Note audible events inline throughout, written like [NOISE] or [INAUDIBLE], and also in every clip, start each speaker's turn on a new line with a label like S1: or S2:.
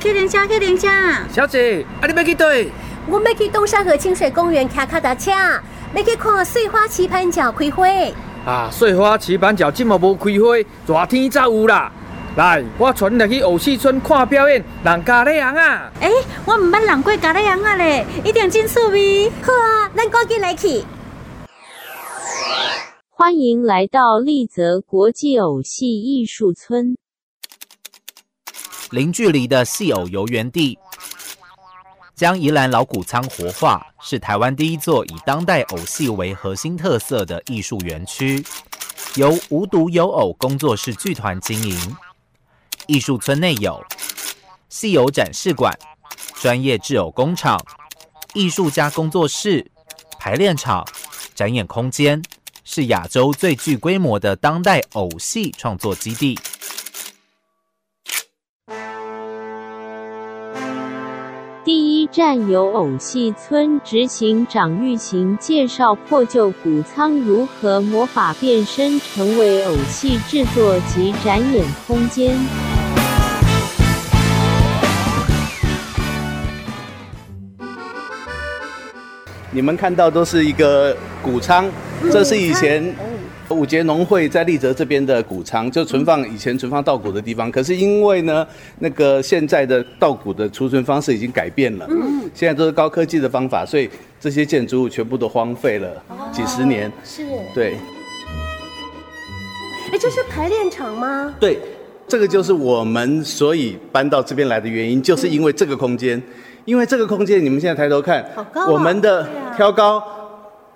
S1: 去停车，去停车！
S2: 小姐，啊，你要去对？
S3: 我要去东山河清水公园骑脚踏车，要去看碎花棋盘鸟开花。
S2: 啊，碎花棋盘鸟这么无开花，热天才有啦。来，我传你去后四村看表演，人家咧人啊。
S1: 诶、欸，我毋捌人过家咧人啊咧，一定真趣味。
S3: 好啊，咱赶紧来去。
S4: 欢迎来到丽泽国际偶戏艺术村。
S5: 零距离的戏偶游园地，将宜兰老谷仓活化，是台湾第一座以当代偶戏为核心特色的艺术园区，由无独有偶工作室剧团经营。艺术村内有戏偶展示馆、专业制偶工厂、艺术家工作室、排练场、展演空间，是亚洲最具规模的当代偶戏创作基地。
S4: 第一站由偶戏村执行长玉行介绍破旧谷仓如何魔法变身成为偶戏制作及展演空间。
S6: 你们看到都是一个谷仓，这是以前五节农会在丽泽这边的谷仓，就存放以前存放稻谷的地方。可是因为呢，那个现在的稻谷的储存方式已经改变了，现在都是高科技的方法，所以这些建筑物全部都荒废了几十年。
S3: 是，
S6: 对
S3: 哎，这是排练场吗？
S6: 对，这个就是我们所以搬到这边来的原因，就是因为这个空间，因为这个空间你们现在抬头看
S3: 好高啊，
S6: 我们的
S3: 对啊
S6: 挑高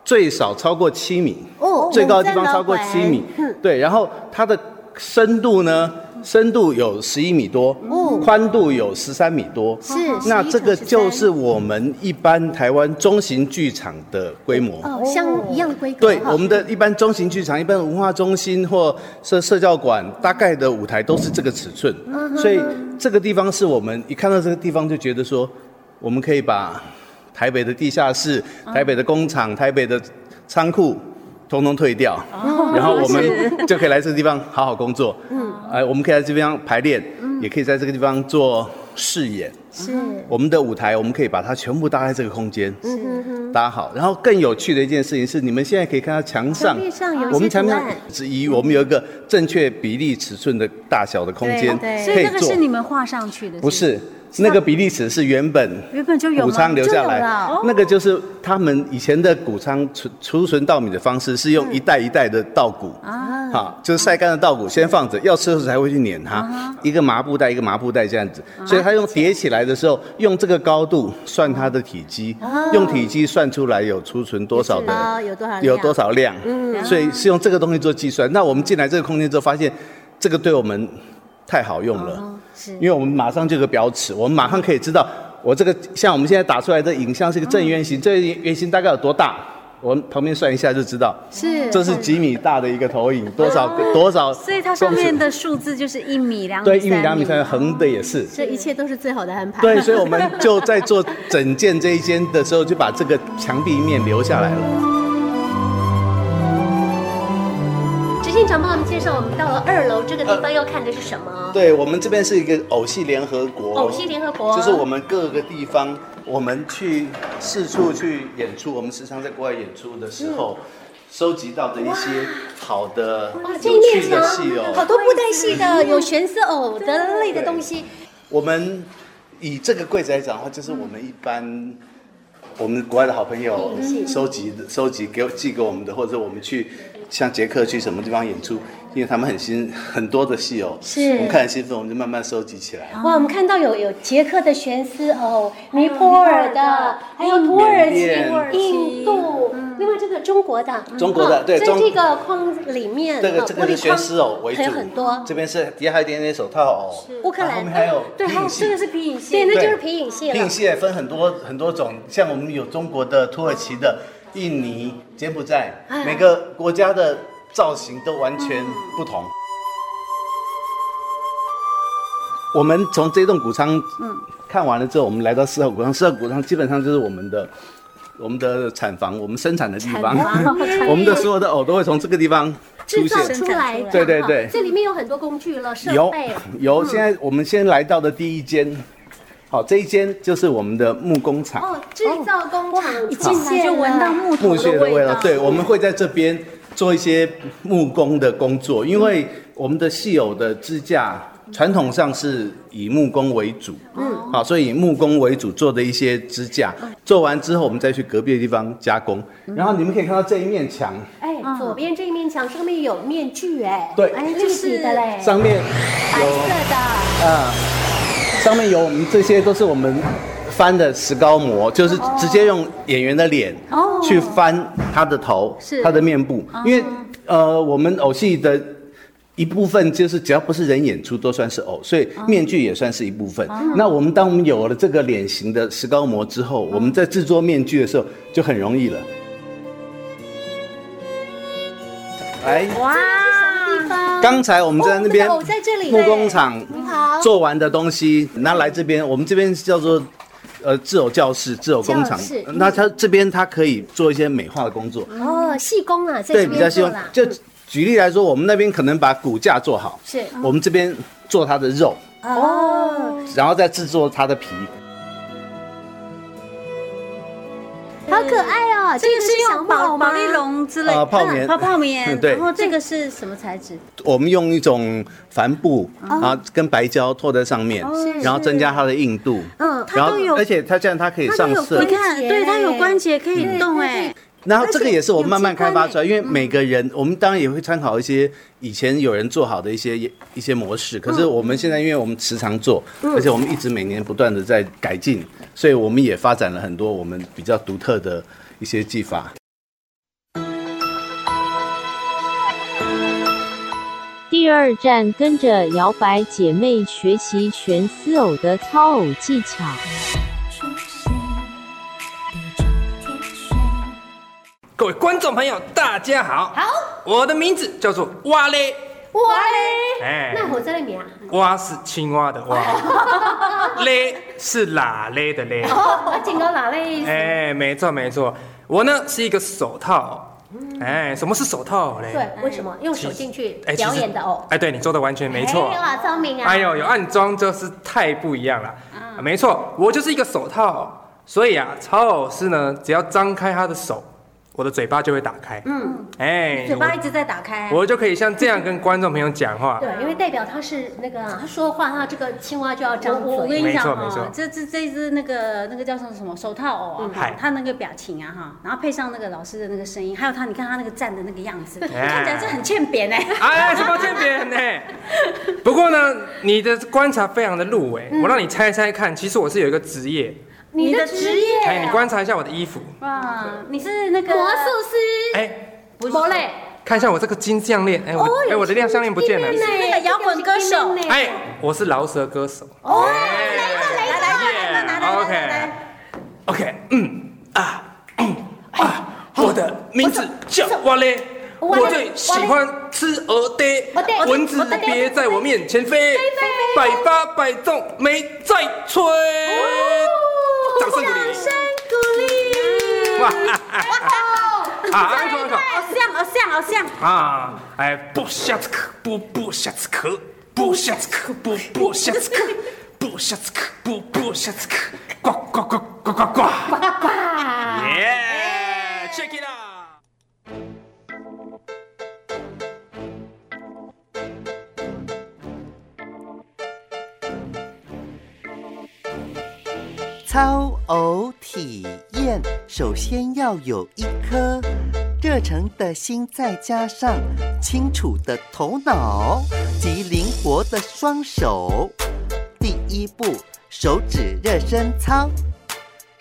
S6: 最少超过七米。
S3: 哦
S6: 最高的地方超过七米
S3: 嗯，
S6: 对，然后它的深度呢，深度有十一米多
S3: 哦，
S6: 宽度有十三米多，
S3: 是
S6: 那
S3: 11
S6: 这个
S3: 乘
S6: 就是我们一般台湾中型剧场的规模。
S3: 哦，相一样的规格。
S6: 对，
S3: 哈
S6: 我们的一般中型剧场、一般文化中心或社社教馆，大概的舞台都是这个尺寸，
S3: 嗯
S6: 所以这个地方是我们一看到这个地方就觉得说，我们可以把台北的地下室、
S3: 啊
S6: 台北的工厂、台北的仓库，通通退掉， [LAUGHS] 然后我们就可以来这个地方好好工作。嗯，哎，我们可以在这地方排练，也可以在这个地方做饰演。
S3: 嗯是，
S6: 我们的舞台，我们可以把它全部搭在这个空间，
S3: 嗯
S6: 搭好。然后更有趣的一件事情是，你们现在可以看到墙上
S3: 墙壁上有一些
S6: 我们墙上
S3: 图案
S6: 之一，我们有一个正确比例尺寸的大小的空间
S3: 对
S1: 所
S6: 可
S1: 以
S6: 以
S1: 那个
S6: 做
S1: 是。你们画上去的？
S6: 不
S1: 是
S6: 是，那个比例尺是原本
S1: 原本就有吗
S6: 谷仓留下来
S1: 就有了哦，
S6: 那个就是他们以前的谷仓储储存稻米的方式是用一袋一袋的稻谷。
S1: 嗯啊，
S6: 好，就是晒干的稻谷先放着，要吃的时候才会去碾
S1: 啊
S6: 它，一个麻布袋一个麻布袋这样子，所以它用叠起来的时候，用这个高度算它的体积，
S1: 啊
S6: 用体积算出来有储存多少
S3: 啊，
S6: 的，
S3: 有多少？
S6: 有多？少量，
S1: 嗯
S6: 所以是用这个东西做计算。那我们进来这个空间之后，发现这个对我们太好用
S1: 哦
S6: 了，因为我们马上就有个表尺，我们马上可以知道我这个像我们现在打出来的影像是一个正圆
S1: 嗯
S6: 形，这圆形大概有多大，我们旁边算一下就知道。
S1: 是，哦
S6: 这是几米大的一个投影，多少个多少公尺？
S1: 所以它上面的数字就是一米、两米、
S6: 对一米、两米、
S1: 三
S6: 三米横的也是。
S3: 这一切都是最好的安排。
S6: 对，所以我们就在做整件这一间的时候，就把这个墙壁面留下来了。
S3: 执行长帮我们介绍，我们到了二楼这个
S6: 呃
S3: 地方要看的是什么？
S6: 对，我们这边是一个偶戏联合国，
S3: 偶戏联合国
S6: 就是我们各个地方，我们去四处去演出，我们时常在国外演出的时候，
S3: 嗯
S6: 收集到的一些好的、
S3: 这一
S6: 有
S3: 面
S6: 趣的
S3: 墙
S6: 戏哦，
S3: 好多布袋戏的，有悬丝偶的类的东西。
S1: 嗯
S6: 我们以这个柜子来讲的话，就是我们一般我们国外的好朋友
S3: 嗯
S6: 收集的、收集给我寄给我们的，或者我们去像捷克去什么地方演出，因为他们很新很多的戏哦，
S3: 是
S6: 我们看很兴奋，我们就慢慢收集起来。
S3: 哇，我们看到有有捷克的悬丝偶，尼泊尔
S1: 嗯
S3: 的，还有土耳其、
S6: 缅甸
S3: 印度，另外这个中国的，
S1: 嗯
S6: 中国的
S3: 哦
S6: 对
S3: 在
S6: 中
S3: 这个框里面，
S6: 这个
S3: 哦
S6: 这
S3: 玻
S6: 个
S3: 璃
S6: 是
S3: 框
S6: 悬丝偶为主，
S3: 还有很多
S6: 这边是底下还有一点点手套偶，
S3: 乌克
S6: 然后后
S3: 兰
S6: 面还
S3: 的，
S6: 有
S1: 对，还
S6: 皮
S1: 有
S6: 影戏
S1: 这个是皮影戏
S3: 对，，那
S6: 对
S3: 就是皮影戏
S6: 皮
S3: 了
S6: 影。戏也分很多很多种，像我们有中国的、土耳其的、
S3: 嗯
S6: 印尼、柬埔寨，
S3: 哎
S6: 每个国家的造型都完全不同。我们从这栋谷仓，
S3: 嗯
S6: 看完了之后，我们来到四号谷仓。四号谷仓基本上就是我们的我们的产房，我们生产的地方。我们的所有的偶都会从这个地方出
S3: 制造
S6: 现。
S3: 出来的，啊
S6: 对对对
S3: 哦这里面有很多工具了，设
S6: 有
S3: 备，
S6: 有，现在我们先来到的第一间，好，这一间就是我们的木工厂。
S3: 哦，制造工厂
S1: 一进来就闻到木头
S6: 木
S1: 的
S6: 屑的
S1: 味
S6: 味
S1: 道
S6: 道。，对，我们会在这边做一些木工的工作，因为我们的稀有的支架传统上是以木工为主，嗯，好，所以以木工为主做的一些支架，做完之后我们再去隔壁的地方加工。然后你们可以看到这一面墙，
S3: 哎，
S1: 嗯
S3: 左边这一面墙上面有面具，哎，
S6: 对
S3: 哎，立体的嘞，
S6: 上 [LAUGHS] 面
S3: 白色的，
S6: 啊，上面有我们这些都是我们翻的石膏模，就是直接用演员的脸
S1: 哦
S6: 去翻他的头，
S3: 是
S6: 他的面部，因为呃，我们偶戏的。一部分就是只要不是人演出都算是偶，所以面具也算是一部分。那我们当我们有了这个脸型的石膏模之后，我们在制作面具的时候就很容易了。来，
S1: 哇，
S3: 地方。
S6: 刚才我们在那边
S3: 哦我在这里
S6: 木工厂
S3: 你好，
S6: 做完的东西，那来这边，我们这边叫做呃自偶教室、自偶工厂
S3: 教室。嗯
S6: 那他这边他可以做一些美化的工作，
S3: 哦，细工啊，在
S6: 对，
S3: 这
S6: 比较
S3: 边
S6: 希
S3: 做
S6: 望
S3: 啦。
S6: 就举例来说，我们那边可能把骨架做好，
S3: 是
S6: 我们这边做它的肉，
S3: 哦，
S6: 然后再制作它的皮。
S3: 好可爱哦，
S1: 这个是
S3: 小
S1: 用
S3: 木偶吗
S1: 宝宝丽龙之类
S6: 啊泡棉
S1: 泡泡棉，
S6: [LAUGHS] 嗯对
S1: 然后这个是什么材质？
S6: 我们用一种帆布，
S3: 哦
S6: 然后跟白胶拖在上面，然后增加它的硬度。
S3: 嗯，
S1: 它
S6: 然后
S1: 都有，
S6: 而且它这样它可以
S3: 它都
S6: 上
S3: 有
S6: 色
S3: 关
S1: 你。看，
S3: 关节
S1: 对，它有
S3: 嘞
S1: 关节可以动哎，
S6: 然后这
S3: 而
S6: 个
S3: 且
S6: 也是我们慢慢
S3: 有机关
S6: 开发出来，
S3: 欸
S6: 因为每个人，我们当然也会参考一些以前有人做好的一些一些模式，可是我们现在因为我们时常做，而且我们一直每年不断的在改进，所以我们也发展了很多我们比较独特的一些技法。
S4: [LAUGHS] 第二站跟着摇摆姐妹学习全丝偶的操偶技巧。
S7: 各位观众朋友，大家好。好，我的名字叫做蛙嘞。
S3: 哇嘞，
S7: 哎
S3: 那我在那边啊，
S7: 蛙是青蛙的
S3: [LAUGHS]
S7: 蛙，嘞是哪嘞的嘞。
S3: 哦，警告哪类？
S7: 哎，没错没错，我呢是一个手套。哎，什么是手套嘞？
S3: 嗯对，为什么用手进去
S7: 哎，其实
S3: 表演的哦？
S7: 哎，对，你说的完全没错
S3: 哎。哇，聪明啊！
S7: 哎呦，有暗装就是太不一样了。
S3: 嗯
S7: 啊没错，我就是一个手套，所以啊，超偶师呢，只要张开他的手，我的嘴巴就会打开。嗯，哎，
S1: 嘴巴一直在打
S3: 啊
S1: 开，
S7: 我就可以像这样跟观众朋友讲话。
S1: 啊
S3: 对，因为代表他是那个他说话，他这个青蛙就要
S1: 我
S3: 张
S1: 我跟
S3: 嘴。
S1: 你讲
S7: 没错没
S1: 哦
S7: 错，
S1: 这这这只那个那个叫什么什么手套
S3: 嗯
S1: 偶啊，哈
S7: 嗨
S1: 它那个表情啊哈，然后配上那个老师的那个声音，还有他你看他那个站的那个样子，
S7: 哎
S1: 看起来是很欠扁
S3: [LAUGHS]
S1: 哎。
S7: 哎，什么见别人呢？ [LAUGHS] 不过呢，你的观察非常的入围，我让你猜猜看，其实我是有一个职业。
S1: 你的职业
S7: 哎，你观察一下我的衣服，
S1: 哇，你是那个
S3: 魔术师，
S7: 哎，
S1: 不是
S3: 魔类，
S7: 看一下我这个金项链，哎，我
S3: 哦
S7: 的哎我的亮项链不见了。
S1: 是那个摇滚歌
S3: 这
S1: 手
S3: 个是 Eminem
S7: 哎，我是饶舌歌手。
S1: 哦，
S7: 哎
S1: 来一个来一个来来来来来来
S7: OK。OK，嗯啊，嗯
S1: 哎
S7: 啊，我的名字叫瓦嘞，
S3: 我是
S7: 我最喜欢吃鹅爹
S3: 鹅爹，
S7: 蚊子
S3: 鹅爹
S7: 别在我面前
S1: 哎
S7: 飞，百发百中没再吹。
S3: 哦
S1: 哦
S7: 掌声鼓励！
S1: 鼓
S7: 哇哈哈啊，安可安可
S1: 好像好像好像，
S7: 啊，哎，不下次可不不下次可不下次可不不下次可不下次可不不下次可呱呱呱呱呱呱呱呱，Yeah，check it out。
S8: 操偶体验，首先要有一颗热诚的心，再加上清楚的头脑及灵活的双手。第一步，手指热身操，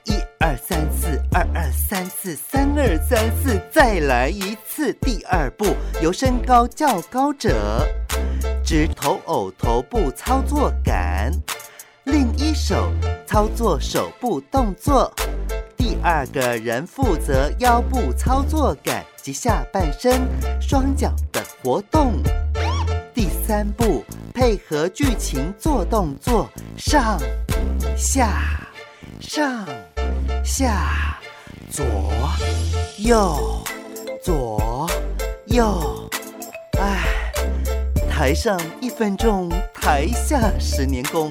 S8: 一二三四，二二三四，三二三四，再来一次。第二步，由身高较高者指头偶头部操作感。另一手操作手部动作，第二个人负责腰部操作感及下半身、双脚的活动。第三步，配合剧情做动作，上、下、上、下、左、右、左、右。哎，台上一分钟，台下十年功。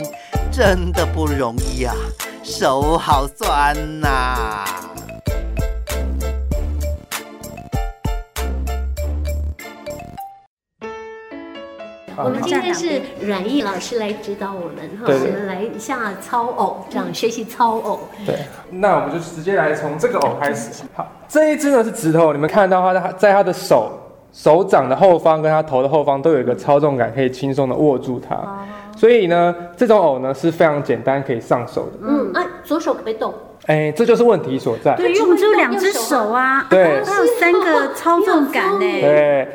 S8: 真的不容易啊，手好酸呐、
S7: 啊
S3: 我们今天是阮毅老师来指导我们哈，
S7: 对
S3: 我们来一下操偶，这样学习操偶。
S7: 对，那我们就直接来从这个偶开始。好，这一只呢是指头，哦你们看到它的在它的手手掌的后方跟它头的后方都有一个操纵杆，可以轻松的握住它。所以呢，这种偶呢是非常简单可以上手的。
S3: 嗯，啊，左手可不可以动？
S7: 哎，这就是问题所在。
S1: 对，因为我们只有两只手啊，
S7: 对
S1: 啊它有三
S3: 哦
S1: 个操纵杆呢。
S7: 对，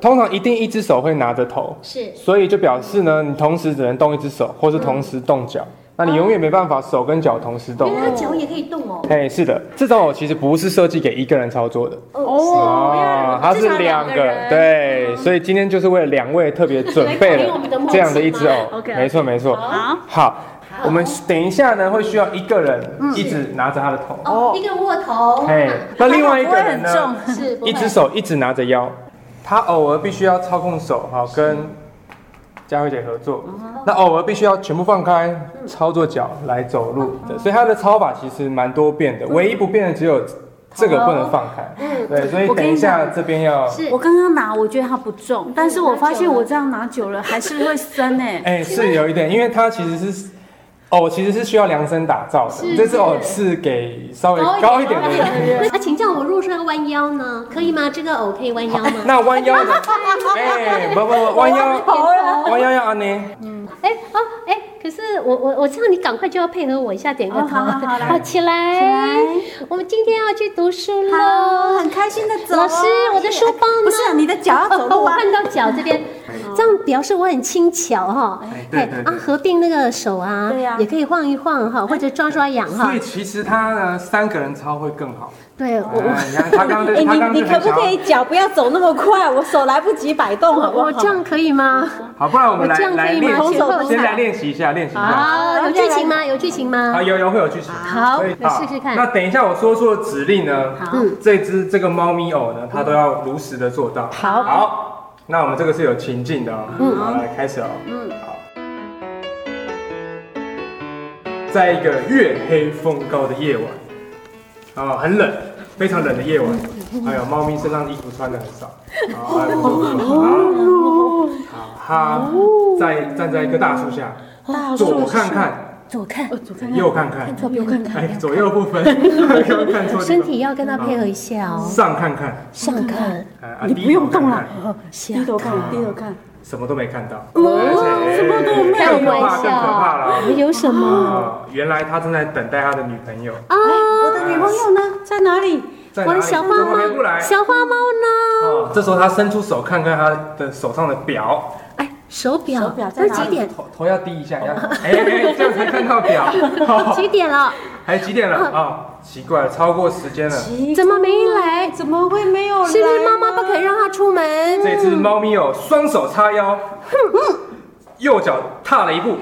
S7: 通常一定一只手会拿着头，
S3: 是
S7: 所以就表示呢，你同时只能动一只手，或是同时动
S1: 嗯
S7: 脚。那你永远没办法手跟脚同时动
S3: 原。来脚也可以动哦。
S7: 哎，是的，这种偶其实不是设计给一个人操作的，
S3: 哦，
S7: 哦，它是两
S1: 啊至少
S7: 个
S1: 两，个嗯
S7: 对，所以今天就是为了两位特别准备了这样的一只偶，
S1: OK，OK
S7: 没错没错。
S1: 好，
S7: 好，我们等一下呢会需要一个人
S1: 嗯
S7: 一直拿着他的头，
S3: 哦，一个握
S7: [LAUGHS]
S3: 头，
S7: 嘿，那另外一
S1: 不
S7: 个
S1: 会
S7: 人
S1: 很
S7: 呢，
S1: 重，
S3: 是
S7: 一只，手一直拿着腰，他偶尔必须要操控手，好跟佳慧姐合作，
S1: 嗯
S7: 那偶尔必须要全部放开操作脚来走路，
S1: 嗯
S7: 对所以他的操法其实蛮多变的，唯一不变的只有这个不能放开，对，所以
S1: 哦嗯我跟
S7: 等一
S1: 你
S7: 下
S1: 讲
S7: 这边要。
S3: 是嗯
S1: 我刚刚拿，我觉得它不重，但是我发现我这样拿久了还是会生哎、
S7: 哎、是有一点，因为它其实是偶，其实是需要量身打造的。这只偶是给稍微高一点的
S1: 哦
S7: 人。
S3: 那、啊、请教我，如果说要弯腰呢，可以吗？这个偶可以弯腰吗？
S7: [LAUGHS] 那
S3: [LAUGHS]
S7: 弯腰呢？哎、不不不，弯腰弯腰要按呢。
S3: 哎哦哎，可是我我我知道你赶快就要配合我一下点个头，
S1: 哦好好
S3: [LAUGHS]
S1: 好来
S3: 起来我们今天要去读书喽。 [LAUGHS]
S1: 很开心的走哦、
S3: 老师我的书包呢
S1: 不是你的脚要走路
S3: 我
S1: [LAUGHS] 啊。
S3: 换到脚这边，这样表示我很轻巧哈。
S7: 哎对对哎
S3: 啊，合并那个手啊，
S1: 对呀
S3: 也可以晃一晃哈，或者抓抓痒哈
S7: 所以。其实它呢，三个人操会更好。
S3: 对，
S7: 哎
S3: 我我
S7: 你看他
S3: [LAUGHS]
S7: 刚刚
S9: 哎、
S7: 就，他刚刚
S9: 你
S7: 就
S9: 你可
S7: 很
S9: 不
S7: 想
S9: 可以
S7: 要。
S9: 脚不要走那么快？我手来不及摆动，好不好？
S3: 我这样可以吗？
S7: 好，不然我们来
S3: 我这样可
S7: 来
S3: 以吗
S7: 练习
S3: 前后，
S7: 先
S3: 踩
S7: 来练习一下，练习一下。
S3: 啊，有剧情吗？有剧情吗
S7: 好，？有有会有剧情。
S3: 啊好
S7: 所以
S3: 我试试看
S7: 那等一下我说出的指令呢，这只这个猫咪偶呢，它都要如实的做到。
S9: 好
S7: 好，那我们这个是有情境的哦。好，来开始哦。嗯，好。在一个月黑风高的夜晚，啊，很冷，非常冷的夜晚，还有猫咪身上衣服穿的很少，好，还有做做做好，它在站在一棵大树下，
S3: 哦
S1: 哦
S7: 左看看。
S3: 左看，
S7: 右看看，右看看，哎，左右不分，刚刚看错地方
S3: 身体要跟他配合一下哦。
S7: 上看看，
S3: 上看，
S7: 哎啊，你不用动了，
S3: 下
S9: 头看，低头看。
S7: 什么都没看到，哎什么都没
S3: 开
S7: 更可
S3: 玩
S7: 怕，更可怕了
S3: 笑，有什么？哎
S7: 哦。原来他正在等待他的女朋友，
S1: 我的女朋友呢？在哪里？
S7: 在哪
S3: 我
S7: 里
S3: 的小花
S7: 怎么回不来
S3: 猫，小花猫呢？
S7: 哦，这时候他伸出手看看他的手上的表，
S3: 哎，手表，
S9: 手表在
S3: 这
S9: 哪
S3: 几点？
S7: 头头要低一下，要哎哎，这样才看到 [LAUGHS] 表，
S3: 几
S7: 哦
S3: 点了？
S7: 还几点了啊？奇怪了，超过时间了。
S3: 怎么没来？
S9: 怎么会没
S1: 哦
S9: 有来呢？
S3: 是不是妈妈不肯让他出门？
S7: 这只猫咪哦，双手叉腰，
S3: 嗯
S7: 右脚踏了一步，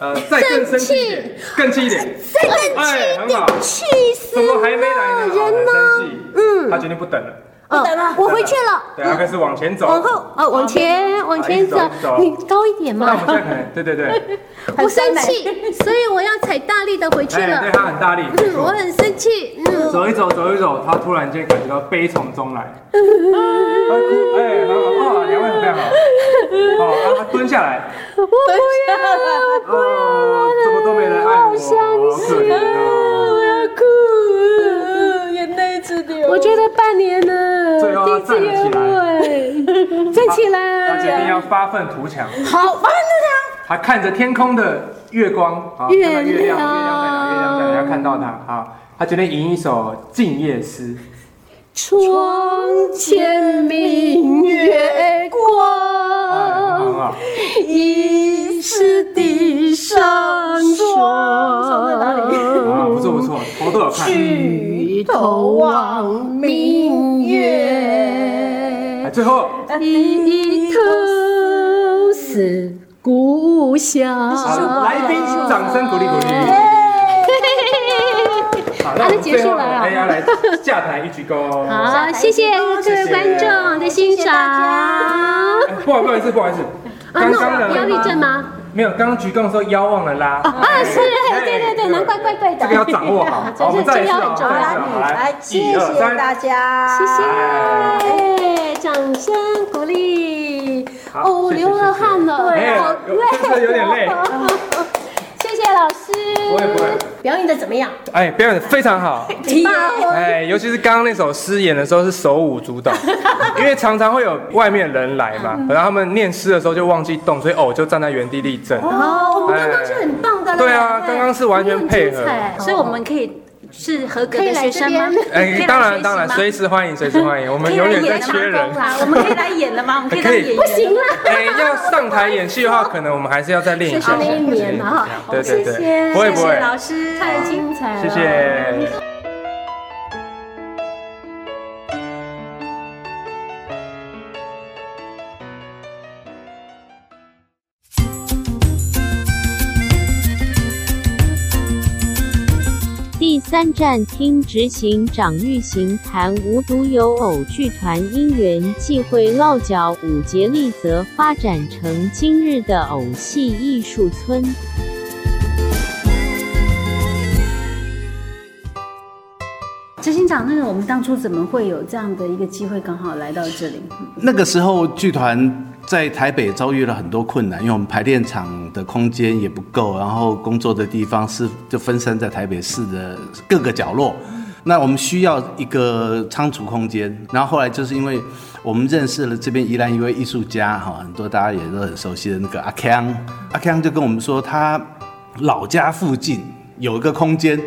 S7: 呃，再更生气一点，更气一点，
S3: 再更气
S7: 哎，
S3: 一
S7: 很
S3: 点
S7: 好，，
S3: 气死
S7: 怎么还没来呢？
S3: 人呢
S7: 好很生气，嗯，他决定不等了，
S3: 哦
S9: 等了
S3: 我回去了。
S7: 对，啊他开始往前走，
S3: 往后哦，往前往
S1: 哎
S3: 前走
S7: 啊一直走，一
S3: 你
S7: 直
S3: 高一点
S7: 那我们现在
S3: 嘛。
S7: 可能，对对对，
S3: [LAUGHS] 我生 [LAUGHS]
S1: 欸 [LAUGHS]
S3: 气，所以我要踩大力的回去
S7: 哎，对
S3: 了。
S7: 他很大力，
S3: 嗯，我很生气。嗯，
S7: 走一走，走一走，他突然间感觉到悲从
S3: [LAUGHS]
S7: 中来，他哭，哎，很好，哦，两位很非常好，
S3: [LAUGHS]
S7: 哦，他蹲下来，
S3: [LAUGHS]
S9: 对
S7: 哦，怎么都没人爱我，好可
S3: 啊
S7: 怜哦。
S9: 我要哭，眼泪直流。
S3: 我觉得半年了，
S7: 最后
S3: 第
S7: 他
S3: 一次
S7: 站了
S3: 约
S7: 起来，
S3: 会，站起
S7: 他决定
S3: 来。
S7: 要发愤图强。
S3: 好棒
S7: 他看着天空的月光，啊，看到月亮，月亮在哪？月亮在哪？要看到它啊！他决定吟一首《静夜思》。
S3: 窗前明月哦
S7: 哎
S3: 光，
S7: 很好，
S3: 疑是地上霜。
S7: 很好啊，不错不错，头都有看，
S3: 举头望明
S7: 哎
S3: 月，
S7: 最后
S3: 低头思故乡。
S7: 好，啊来宾掌声鼓励鼓励。好，那
S3: 哎啊
S7: 我
S3: 那
S7: 们
S3: 结
S7: 最
S3: 束
S7: 后
S3: 了啊
S7: 哎要来下台一鞠躬。
S3: 好，谢谢各位观众的欣赏。
S7: 哎不好不好意思不好意思，
S3: 啊，
S7: 刚
S3: 那
S7: 刚
S3: 我
S7: 的
S3: 要立正吗？
S7: 没有，刚刚举杠说腰忘了拉。哎
S1: 啊，是，对对对，难怪怪怪的。
S7: 这个要掌握
S1: [LAUGHS]
S7: 好。好，我们再一次啊，
S1: 这
S7: 再一次
S1: 个要很
S7: 啊，
S1: 重
S7: 好
S1: 要
S7: 来，
S9: 谢
S7: 一二
S9: 谢
S7: 三哎
S9: 大家，
S3: 啊
S1: 谢谢，掌声鼓励。
S7: 好
S1: 哦，我
S7: 谢谢
S1: 流了汗了，
S7: 哎
S1: 好
S7: 有真的有点
S1: [LAUGHS]
S7: 累。
S1: 谢谢老师。
S7: 不会不会，
S3: 表演的怎么样？
S7: 哎，表演得非常
S3: [LAUGHS]
S7: 好。
S1: 提
S7: 哎，尤其是刚刚那首诗演的时候是手舞
S3: [LAUGHS]
S7: 足蹈，因为常常会有外面人来嘛，
S3: 嗯
S7: 然后他们念诗的时候就忘记动，所以偶就站在原地立正。
S3: 哦，我们刚刚是很棒的啦。
S7: 哎对啊，刚刚是完全配
S3: 很
S7: 合
S3: 精。彩
S1: 所以我们可以是合格
S3: 可以
S1: 的
S3: 来
S1: 学生吗
S3: 这？
S7: 哎，当然当然，随
S1: 以
S7: 时欢迎，随时欢迎，我们永远在缺人。
S1: 啦，我们可以来演了吗？我们可以当
S7: 可以
S1: 演员。
S7: 不
S3: 行啦。
S7: 哎，要上台演戏的话，可能我们还是要再练一下。
S3: 再练一年嘛哈
S7: 对对
S1: 谢
S7: 对，
S1: 谢，
S7: 不会
S1: 谢
S7: 不
S1: 谢
S7: 会，
S1: 老师，
S3: 太精彩了。
S7: 谢谢。
S4: 第三站听执行长玉行谈无独有偶剧团因缘际会落脚五节利泽，发展成今日的偶戏艺术村。
S1: 执行长，那个我们当初怎么会有这样的一个机会，刚好来到这里？
S6: 那个时候剧团在台北遭遇了很多困难，因为我们排练场的空间也不够，然后工作的地方是就分散在台北市的各个角落。那我们需要一个仓储空间，然后后来就是因为我们认识了这边宜兰一位艺术家哈，很多大家也都很熟悉的那个阿康，阿康就跟我们说，他老家附近有一个空间，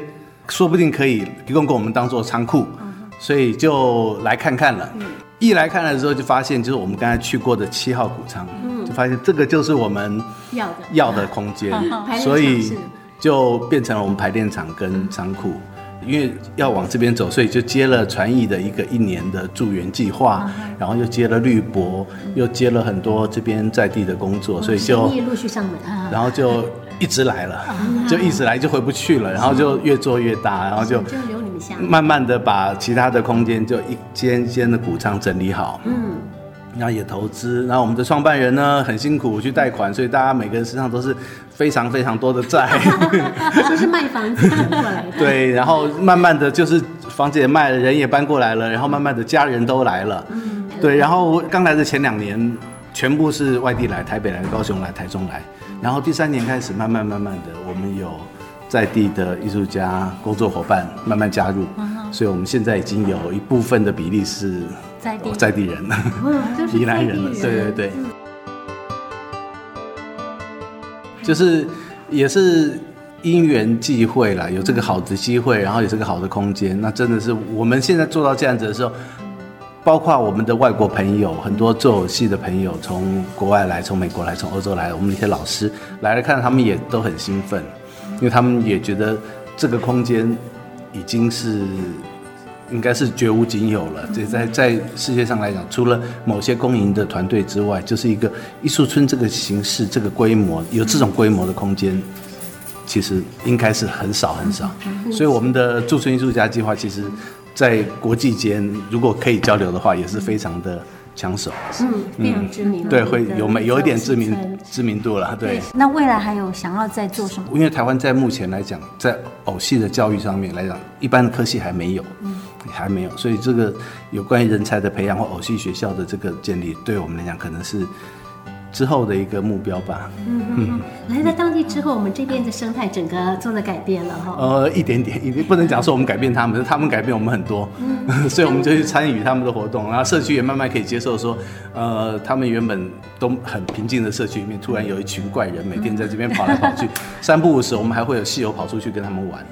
S6: 说不定可以提供给我们当做仓库，所以就来看看了。一来看了之后，就发现就是我们刚才去过的七号谷仓，就发现这个就是我们
S1: 要的
S6: 要的空间
S1: 嗯排，练
S6: 所
S1: 场
S6: 以
S1: 是
S6: 就变成了我们排练场跟仓库。因为要往这边走，所以就接了传艺的一个一年的助援计划，然后又接了绿博，又接了很多这边在地的工作，所以就
S3: 生意陆续上
S6: [LAUGHS]
S3: 门。
S6: 然后就一直来了，就一直来就回不去了，然后就越做越大，然后就
S3: 就留你们下。
S6: 慢慢的把其他的空间就一间一间的谷仓整理好，嗯，然后也投资，然后我们的创办人呢很辛苦去贷款，所以大家每个人身上都是非常非常多的债，
S3: 就是卖房子搬过来的。 [LAUGHS]
S6: 对，然后慢慢的就是房子也卖了，人也搬过来了，然后慢慢的家人都来了，对，然后刚来的前两年全部是外地来，台北来、高雄来、台中来，然后第三年开始慢慢慢慢的，我们有在地的艺术家工作伙伴慢慢加入，所以我们现在已经有一部分的比例是哦
S1: 在地
S6: 在地人了，
S3: 就是
S6: [LAUGHS] 宜兰人了，对对对，就是也是因缘际会啦，有这个好的机会，然后有这个好的空间，那真的是我们现在做到这样子的时候。包括我们的外国朋友，很多做偶戏的朋友，从国外来，从美国来，从欧洲来，我们那些老师来了，看到他们也都很兴奋，因为他们也觉得这个空间已经是应该是绝无仅有了。这在在世界上来讲，除了某些公营的团队之外，就是一个艺术村这个形式、这个规模，有这种规模的空间，其实应该是很少很少。
S1: 嗯
S6: 所以我们的驻村艺术家计划，其实在国际间如果可以交流的话，也是非常的抢手。
S1: 嗯
S6: 嗯
S1: 非常知名。
S6: 对，会有没有一点知
S1: 对
S6: 名知名度了，对。
S1: 那未来还有想要再做什么？
S6: 因为台湾在目前来讲，在偶戏的教育上面来讲，一般的科系还没有，
S1: 嗯
S6: 还没有，所以这个有关于人才的培养或偶戏学校的这个建立，对我们来讲可能是之后的一个目标吧。
S3: 来到当地之后，我们这边的生态整个做了改变了哈。
S6: 呃，一点点，一点不能讲说我们改变他们，是他们改变我们很多， [LAUGHS] 所以我们就去参与他们的活动，然后社区也慢慢可以接受说，呃，他们原本都很平静的社区里面，突然有一群怪人每天在这边跑来跑去，三不五时我们还会有戏友跑出去跟他们玩。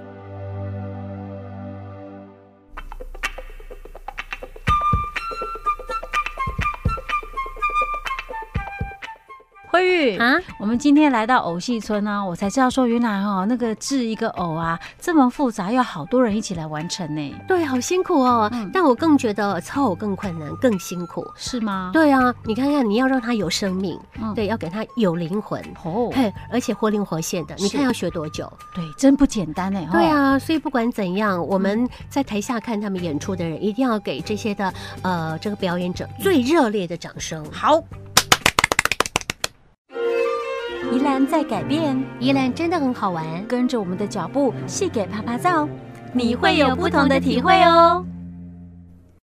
S10: 慧玉
S3: 啊，
S10: 我们今天来到偶戏村呢、我才知道说原来哦，那个制一个偶啊这么复杂，要好多人一起来完成呢，
S3: 对，好辛苦哦。但我更觉得操偶更困难，更辛苦。
S10: 是吗？，
S3: 对啊，你看看，你要让它有生命，
S10: 嗯
S3: 对，要给它有灵魂，
S10: 哦，
S3: 嘿，而且活灵活现的。你看要学多久？
S10: 对，真不简单呢。哦嗯
S3: 对，啊，所以不管怎样，我们在台下看他们演出的人，一定要给这些的呃这个表演者最热烈的掌声。
S10: 好。宜兰在改变，
S3: 宜兰真的很好玩，
S10: 跟着我们的脚步，细给啪啪照。
S3: 你会有不同的体会哦。